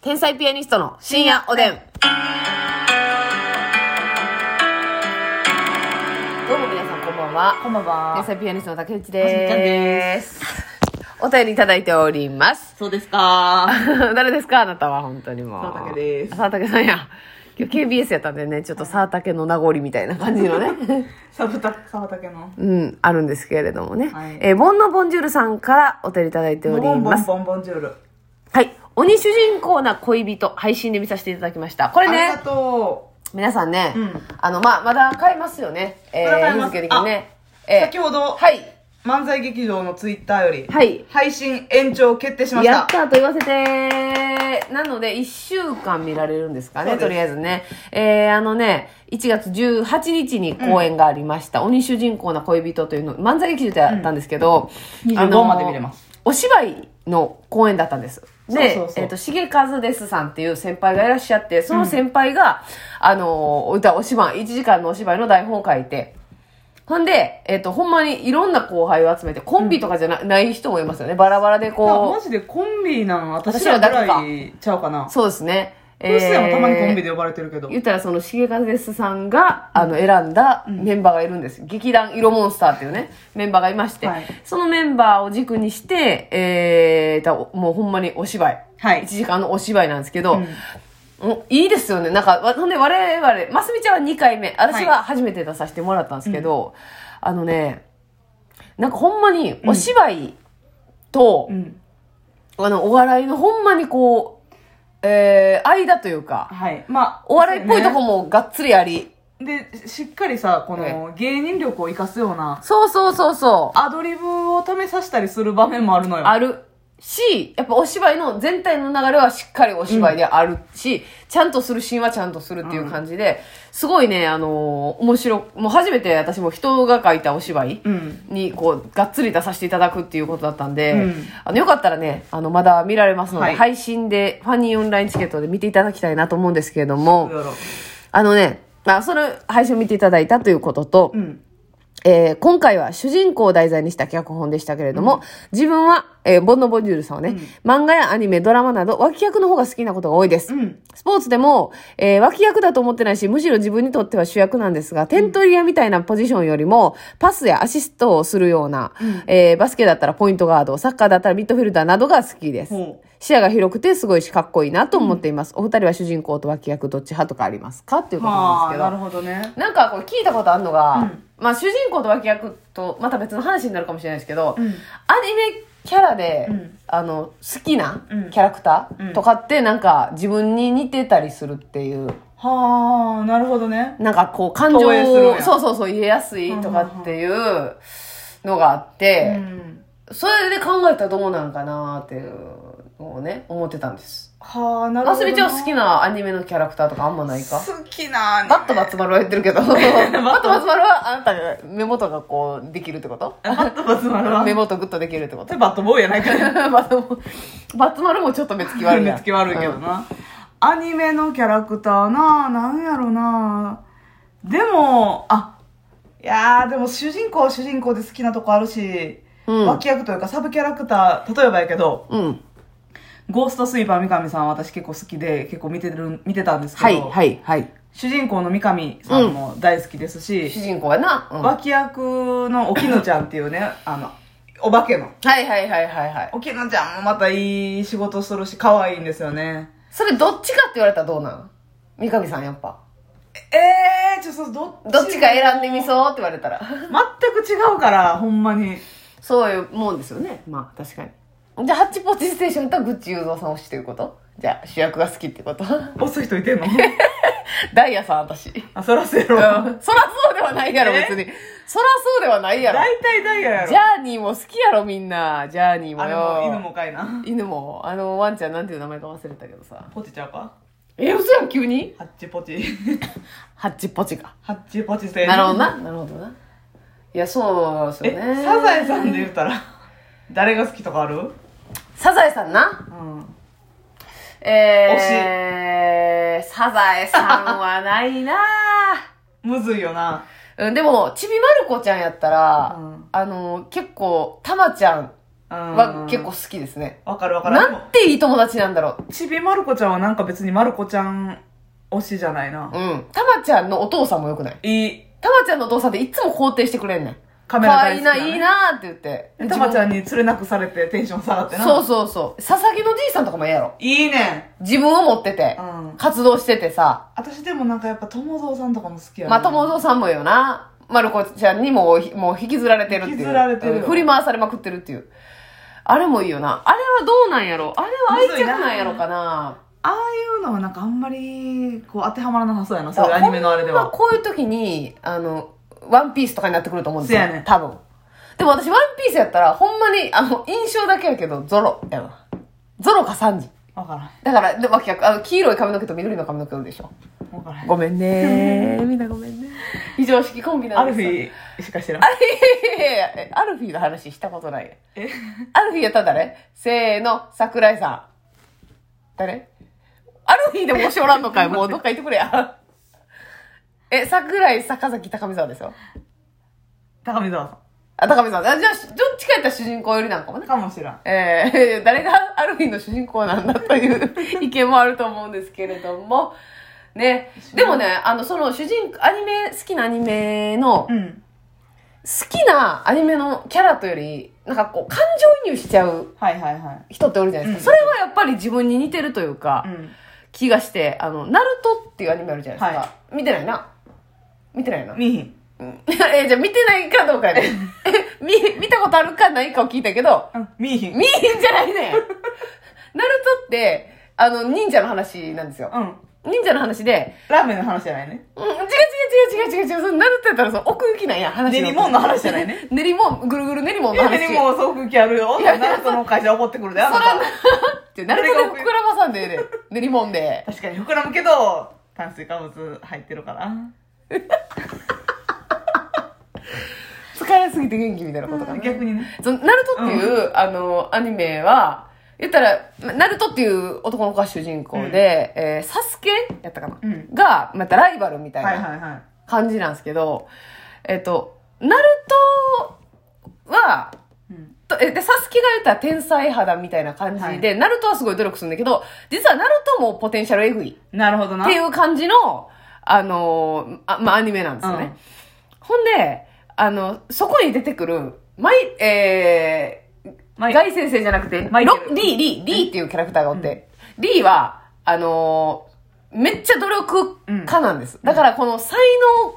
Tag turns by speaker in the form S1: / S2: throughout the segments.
S1: 天才ピアニストの深夜おでん。どうも皆さんこんばんは。
S2: こんばん
S1: 天
S2: は。
S1: 才ピアニストの竹内
S2: まさみちゃん
S1: で。
S2: です
S1: お便りいただいております。
S2: そうですか。
S1: 誰ですかあなたは本当にもう。
S2: 沢竹です
S1: 沢竹さんや。今日 KBS やったんでね、ちょっと沢竹の名残みたいな感じ のね。
S2: サブタ、サバタケの。
S1: うん、あるんですけれどもね。
S2: はい
S1: えーボンノボンジュールさんからお便りいただいており
S2: ボンボ
S1: ま
S2: ン
S1: す。
S2: ボンボンジュール。
S1: はい。鬼主人公な恋人、配信で見させていただきました。これ
S2: あり
S1: ね
S2: が、と
S1: 皆さんね、
S2: うん
S1: あの、まあ、まだ買えますよね。え
S2: まだ買え
S1: 日
S2: ます
S1: 付的にね。え
S2: う。
S1: ー
S2: 先ほど、
S1: はい。
S2: 漫才劇場のツイッターより、
S1: はい。
S2: 配信延長決定しまし。
S1: やったたと言わせてなので、1週間見られるんですか
S2: そ
S1: ね、
S2: うです
S1: とりあえずね。えー、あのね、1月18日に公演がありました、鬼主人公な恋人というの、漫才劇場でやったんですけど、
S2: うん
S1: あの
S2: 25まで見れます。
S1: お芝居の公演だったんです。で、
S2: そうそうそう
S1: えっ、と、重和ですさんっていう先輩がいらっしゃって、その先輩が、あの、歌、お芝居、1時間のお芝居の台本を書いて、ほんで、えっ、と、ほんまにいろんな後輩を集めて、コンビとかじゃな,、い人もいますよね。バラバラで
S2: だから
S1: こう
S2: マ。ジでコンビなん私
S1: 私ら
S2: らぐ
S1: だけから
S2: いちゃうかな。
S1: そうですね。え
S2: 風船もたまにコンビで呼ばれてるけど。
S1: 言ったらその重和ですさんが、あの選んだメンバーがいるんです、劇団色モンスターっていうねメンバーがいまして、
S2: はい
S1: そのメンバーを軸にして、えーと、もうほんまにお芝居、
S2: はい
S1: 1時間のお芝居なんですけど、
S2: うん
S1: おいいですよねなんかわほんで我々ますみちゃんは2回目私は初めて出させてもらったんですけど、あのねなんかほんまにお芝居と、
S2: うん。
S1: あのお笑いのほんまにこう、えー、間というか、
S2: はい。まあ、
S1: お笑いっぽいとこ
S2: も。
S1: もがっつりあり。
S2: で、しっかりさ、この芸人力を生かすような、
S1: そうそうそうそう。
S2: アドリブを試させたりする場面もあるのよ。
S1: ある。し、やっぱお芝居の全体の流れはしっかりお芝居であるし、ちゃんとするシーンはちゃんとするっていう感じで、すごいね、あのー面白、もう初めて私も人が書いたお芝居
S2: うん。
S1: に、こう、がっつり出させていただくっていうことだったんで、
S2: うん
S1: あの、よかったらね、あの、まだ見られますので、
S2: はい
S1: 配信で、ファニーオンラインチケットで見ていただきたいなと思うんですけれども
S2: どう、やろう
S1: あのね、まあ、それ、配信を見ていただいたということと、
S2: うん。
S1: えー今回は主人公を題材にした脚本でしたけれども、自分は、えーボンノ・ボンジュールさんはね、漫画やアニメ、ドラマなど脇役の方が好きなことが多いです。
S2: うん。
S1: スポーツでも、えー脇役だと思ってないし、むしろ自分にとっては主役なんですが、点取り屋みたいなポジションよりも、パスやアシストをするような、えーバスケだったらポイントガード、サッカーだったらミッドフィルダーなどが好きです。
S2: ほう
S1: 視野が広くてすごいしかっこいいなと思っています。お二人は主人公と脇役どっち派とかありますかっていうこと
S2: は
S1: なん
S2: あ、
S1: ですけど。
S2: なるほどね。
S1: なんかこう聞いたことあるのが、
S2: うん
S1: まあ主人公と脇役とまた別の話になるかもしれないですけど、
S2: うん
S1: アニメキャラで、
S2: うん
S1: あの好きな
S2: うん
S1: キャラクタ
S2: う
S1: ー
S2: ん
S1: とかってなんか自分に似てたりするっていう、
S2: はあ、なるほどね。
S1: なんかこう感情
S2: 投影するん
S1: を
S2: や
S1: そうそうそう言えやすいとかっていうのがあって、それで考えたらどうなんかなっていうのをね思ってたんです。
S2: はあ、なる
S1: マ
S2: ほ
S1: ス
S2: どな。
S1: ミちゃん好きなアニメのキャラクターとかあんまない か
S2: 好きなアニメ
S1: バット松丸は言ってるけど、バット松丸はあなたがメモとかこうできるってこと
S2: バットバツマルは。
S1: メモとグッとできるってこ
S2: そ
S1: と
S2: れバットボーイやないから。
S1: バットバツ丸もちょっと目つき悪いやん
S2: 目つき悪いけどな。アニメのキャラクターな、なんやろな。でも、あ、いやー、でも主人公は主人公で好きなとこあるし、
S1: うん
S2: 脇役というかサブキャラクター、例えばやけど、
S1: うん。うん。
S2: ゴーストスイーパー三上さんは私結構好きで、結構見てる、見てたんですけど、
S1: はい、はい、はい。
S2: 主人公の三上さんも大好きですし、
S1: 主人公やな。うんは
S2: 脇役のおきのちゃんっていうね あのお化けの
S1: いはいはいはいはい。
S2: おきのちゃんもまたいい仕事するし可愛いんですよね
S1: それどっちかって言われたらどうなん三上さんやっぱ。
S2: ええー、ちょっとど
S1: どっちか選んでみそうって言われたら。
S2: 全く違うからほんまに
S1: そういうもんですよね。まあ確かに。じゃあ、ハッチポッチステーションとグッチ雄三さん推しということじゃあ、主役が好きってこと
S2: 押す人い てんの
S1: ダイヤさん私。
S2: あそらせろ
S1: う
S2: 大
S1: んそらそうではないやろ、
S2: え
S1: 別に。そらそうではないやろ。
S2: 体ダイヤやろ
S1: ジャーニーも好きやろ、みんな。ジャーニーも
S2: あれ
S1: よ。
S2: も犬もかいな
S1: 犬も。あの、ワンちゃんなんていう名前か忘れたけどさ。
S2: ポチちゃうか
S1: え、嘘やん、急に
S2: ハッチポチ
S1: ハッチポチか。
S2: ハッチポチせ
S1: なるほどな。なるほどな。いや、そうです
S2: え
S1: よね。
S2: サザエさんで言ったら誰が好きとかある
S1: サザエさんな。
S2: うん
S1: えー、サザエさんはない な
S2: むずいよな
S1: うん、でも、ちびまる子ちゃんやったら、
S2: うん
S1: あの、結構、たまちゃんは結構
S2: わ
S1: 好きですね。
S2: かるわかる。でも
S1: なんていい友達なんだろう。
S2: ちびまる子ちゃんはなんか別にまる子ちゃん推しじゃないな。
S1: うん。たまちゃんのお父さんもよくない
S2: いい。
S1: たまちゃんのお父さんっていつも肯定してくれんねん。
S2: カメラ
S1: 可愛
S2: 大
S1: いな、い
S2: 好きだね
S1: いなって言って。
S2: でたまちゃ
S1: ん
S2: んに連れなくされてテンション下がってな。
S1: そうそうそう。佐々木のじいさんとかもええやろ。
S2: いいね
S1: 自分を持ってて
S2: ん。う、ん。
S1: 活動しててさ。
S2: 私でもなんかやっぱ友蔵さんとかも好きやな
S1: まあ、友蔵さんもよな。まる子ちゃんにもひ、もう引きずられてるっていう。
S2: 引きずられてるよ
S1: うん振り回されまくってるっていう。あれもいいよな。あれはどうなんやろあれは愛着なんやろかな。
S2: ああいうのはなんかあんまりこう当てはまらなさそうやな、
S1: そ
S2: そうういうアニメのあれで
S1: まあ、
S2: は。
S1: こういう時に、あの、ワンピースとかになってくると思うんですよ。
S2: せやねん
S1: 多分。でも私、ワンピースやったら、ほんまに、あの、印象だけやけど、ゾロやな。ゾロかサンジ。
S2: わからん。
S1: だから、で、わけあの、黄色い髪の毛と緑の髪の毛おるでしょ。
S2: わからん。
S1: ごめん ねー。みんなごめんね。非常識コンビな
S2: ア
S1: んです
S2: ルフ
S1: よ。
S2: ィーしか知らん。
S1: いやいやいやえアルフィーの話したことないやん。
S2: え
S1: アルフィーやったら誰せーの、桜井さん。誰アルフィーでも押しておらんのかいもうどっか行ってくれや。え、桜井、坂崎、高見沢ですよ。
S2: 高見沢さ
S1: あ、高見沢。あじゃあ、しどっちかやったら主人公よりなんかもね
S2: ん。。かもしらん。
S1: えー 誰がアルフィーの主人公なんだという意見もあると思うんですけれども、ね。でもね、あの、その主人、アニメ、好きなアニメの、好
S2: うん。
S1: きなアニメのキャラとより、なんかこう、感情移入しちゃう
S2: はいはいはい。
S1: 人っておるじゃないですか。それはやっぱり自分に似てるというか、
S2: うん。
S1: 気がして、あの、ナルトっていうアニメあるじゃないですか。
S2: は
S1: 見てないな。見てないな。
S2: 見ひん。
S1: うん えじゃあ見てないかどうかや ね。え見、見たことあるかないかを聞いたけど、
S2: うん。見ひん。
S1: 見えへんじゃない ねんナルトって、あの、忍者の話なんですよ。
S2: うん。
S1: 忍者の話で、
S2: ラーメンの話じゃないね。
S1: うん、違う違う違う違う違う、そのナルトやったらその奥行きなんや、話
S2: 練り物の話じゃないね。
S1: 練り物、ぐるぐる練り物の話。
S2: 家にもう送風機あるよ。女の子の会社怒ってくるで、あ
S1: そ
S2: な
S1: らな
S2: た。、
S1: って、ナルトで膨らまさんでええねん練り物で。
S2: 確かに膨らむけど、炭水化物入ってるから。
S1: 疲れすぎて元気みたいなことかな。
S2: 逆にね。
S1: そのナルトっていう、あの、アニメは、言ったら、まナルトっていう男の子が主人公で、えーサスケやったかな、
S2: うん
S1: が、またライバルみたいな。
S2: はいはいはい。
S1: 感じなんですけど、えっと、ナルトは、
S2: うん
S1: とえで、サスケが言ったら天才肌みたいな感じで、ナルトはすごい努力するんだけど、実はナルトもポテンシャルエグいっ
S2: なるほどな。
S1: ていう感じの、あのーあ、まあ、アニメなんですよね。
S2: うん
S1: ほんで、あの、そこに出てくる、マイ、えー、
S2: マイ
S1: ガイ先生じゃなくて、
S2: マイケル
S1: ロリー、リー、リーっていうキャラクターがおって、リーは、あのーめっちゃ努力家なんです。だからこの才能、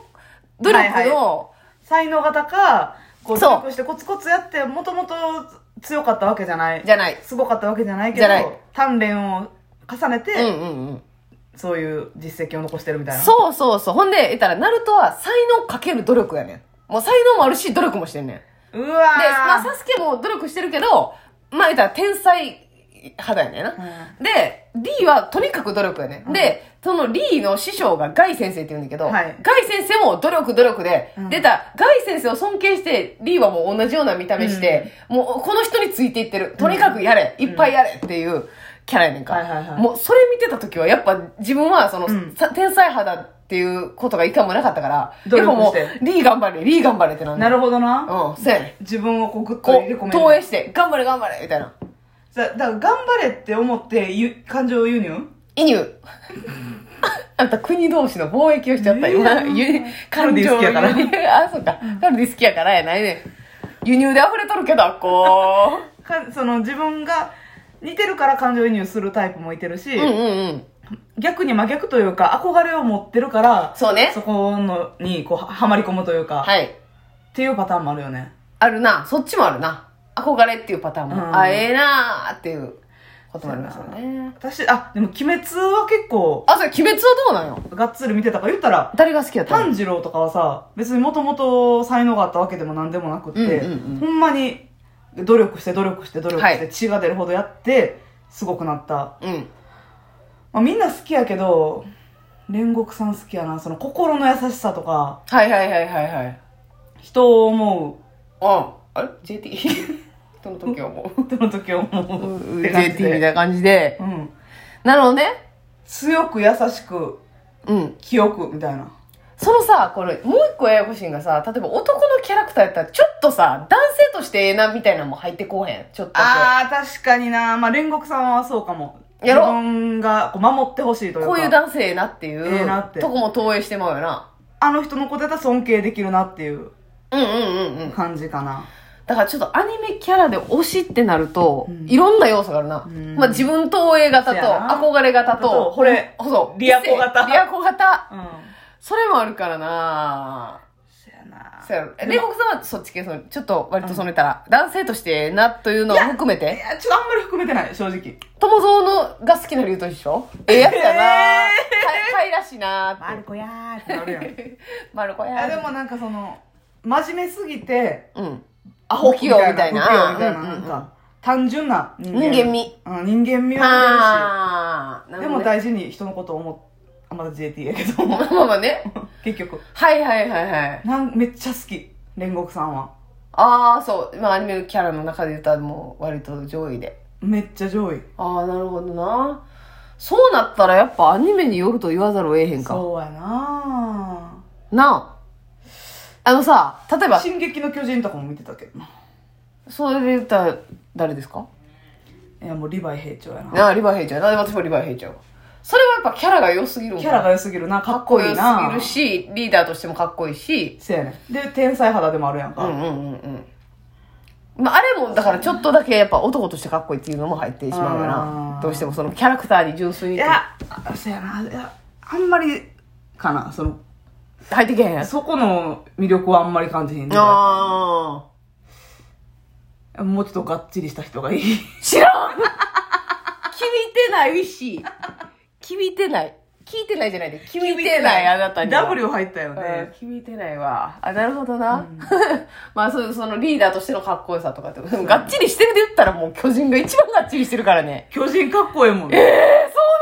S1: 努力の、
S2: はい才能が高、こう、
S1: そう
S2: 努力してコツコツやって、もともと強かったわけじゃない。
S1: じゃない。
S2: すごかったわけじゃないけ
S1: じ
S2: ど
S1: ゃない、
S2: 鍛錬を重ね
S1: うん
S2: て、
S1: うんうん。
S2: そういう実績を残してるみたいな。
S1: そうそうそう。ほんで、言ったら、ナルトは才能かける努力やねん。もう才能もあるし、努力もしてんねん。で、
S2: うわー
S1: まあ、サスケも努力してるけど、まあ言ったら天才肌やねんな。で、リーはとにかく努力やね。
S2: ん
S1: で、そのリーの師匠がガイ先生って言うんだけど、
S2: はい
S1: ガイ先生も努力努力で、
S2: うん
S1: 出た、ガイ先生を尊敬して、リーはもう同じような見た目して、もうこの人についていってる。とにかくやれ、いっぱいやれっていうキャラやねんか。
S2: はいはいはい
S1: もうそれ見てた時は、やっぱ自分はその、
S2: うん
S1: さ天才肌っていうことが一回もなかったから、
S2: 努
S1: やっぱ
S2: 力
S1: も
S2: して
S1: う、リー頑張れ、リー頑張れってな
S2: うんんな
S1: る
S2: るほど
S1: う
S2: な。
S1: ん、そうやねん。
S2: 自分をこうグッと
S1: こ
S2: 入れ込め
S1: う、
S2: る。
S1: 投影して、頑張れ頑張れみたいな。
S2: さだから頑張れって思ってゆ感情輸入
S1: イニュあんた国同士の貿易をしちゃった、今。
S2: ねえ
S1: ゆ
S2: カルディ好きやから
S1: 感情を輸入あ、そうか。カルディ好きやからやないねん。輸入で溢れとるけど、あっこ
S2: かその自分が似てるから感情移入するタイプもいてるし、
S1: う。うんうんうん。
S2: 逆に真逆というか憧れを持ってるから
S1: そうね
S2: そこのにこうははまり込むというか、
S1: はい。
S2: っていうパターンもあるよね
S1: あるな。そっちもあるな。憧れっていうパターンも。
S2: うん
S1: あ、ええなーっていうこともありますよね。
S2: 私あでも「鬼滅」は結構
S1: あ、それ、鬼滅はどうなんよ
S2: がっつり見てたから言ったら
S1: 誰が好きやったの
S2: 炭治郎とかはさ別にもともと才能があったわけでも何でもなくって、
S1: うんうんうん
S2: ほんまに努力して努力して努力して、
S1: はい
S2: 血が出るほどやってすごくなった
S1: うん。
S2: まあ、みんな好きやけど煉獄さん好きやなその心の優しさとか
S1: はいはいはいはいはい。
S2: 人を思
S1: うん。あれ ?JT? 人の時はも
S2: う人の時を
S1: う。
S2: 思うって感
S1: JT
S2: じ
S1: みたい
S2: で、
S1: な感じで。
S2: うん、
S1: なるほどね。
S2: 強く優しく
S1: うん。
S2: 清くみたいな
S1: そのさ、これ、もう一個ややこしいんがさ、例えば男のキャラクターやったら、ちょっとさ、男性としてええな、みたいなのも入ってこうへん。ちょっとこう。
S2: ああ、確かにな。まあ、煉獄さんはそうかも。
S1: やろ
S2: 自分がこう守ってほしいというか。
S1: こういう男性ええなっていう、
S2: ええなって
S1: とこも投影してまうよな。
S2: あの人のことやったら尊敬できるなっていう
S1: うんうんうんうん。
S2: 感じかな。
S1: だからちょっとアニメキャラで推しってなると、
S2: うん
S1: いろんな要素があるな。
S2: ん
S1: まあ自分投影型と、
S2: そうやな
S1: 憧れ型
S2: そう
S1: と、
S2: これ
S1: そう
S2: リアコ型
S1: リアコ型。
S2: うん。
S1: それもあるからな
S2: そやな。
S1: そうやろ。え、煉獄さんはそっち系、そのちょっと割とその言ったら、男性としてええなというのを含め
S2: い
S1: て、
S2: や、ちょっとあんまり含めてない、正直。
S1: 友蔵のが好きな理由と一緒ええやつやな
S2: え
S1: かかいらしいなーって。
S2: 子やーってなるや ん。い
S1: マルコや
S2: や、
S1: ー
S2: でもなんかその、真面目すぎて、
S1: うん。アホ器用みたいな。
S2: 不器用みたいな、
S1: うんうんう
S2: なんんか、単純な人
S1: 人間。味。
S2: うん、人間味を出
S1: あーなるほ
S2: るし。で
S1: ど
S2: も
S1: ね
S2: 大事に人のことを思っ、あ、まだ JT やけど、
S1: まあまあまあね。
S2: 結局。
S1: はいはいはいはい。
S2: なんめっちゃ好き煉獄さんは
S1: ああ、そう。まあアニメのキャラの中で言ったらもう割と上位で。
S2: めっちゃ上位
S1: ああ、なるほどな。そうなったらやっぱアニメによると言わざるを得へんか。
S2: そうやな
S1: なあ。あのさ、例え
S2: ぁ
S1: ば、
S2: 進撃の巨人とかも見てたけどな
S1: それで言ったら誰ですか
S2: いやもうリヴァイ兵長やな
S1: なあ、リヴァイ兵長やな。私もリヴァイ兵長。それはやっぱキャラが良すぎるもん
S2: キャラが良すぎるなかっこいい
S1: かっ
S2: な
S1: こよすぎるし、リーダーとしてもかっこいいし。
S2: せやねんで天才肌でもあるやん
S1: う
S2: か、
S1: んうんうんうん。まあ、あれも、だからちょっとだけやっぱ男としてかっこいいっていうのも入ってしまうよ
S2: あ
S1: な。
S2: ー
S1: どうしてもそのキャラクターに純粋
S2: い
S1: に
S2: やあせやないやあんまりかなその
S1: 入ってけへん。あ
S2: そこの魅力はあんまり感じへん
S1: あ
S2: もうちょっとがっちりした人がいい
S1: ー。知らん聞い てない し。聞いてない。聞いてないじゃないで。聞いてない、あなたには。
S2: W 入ったよね、
S1: うん、聞いてないわ。あ、なるほどな。 まあ、そういう、そのリーダーとしてのかっこよさとかってこと。でもがっちりしてるって言ったらもう巨人が一番がっちりしてるからね。
S2: 巨人かっこええもんね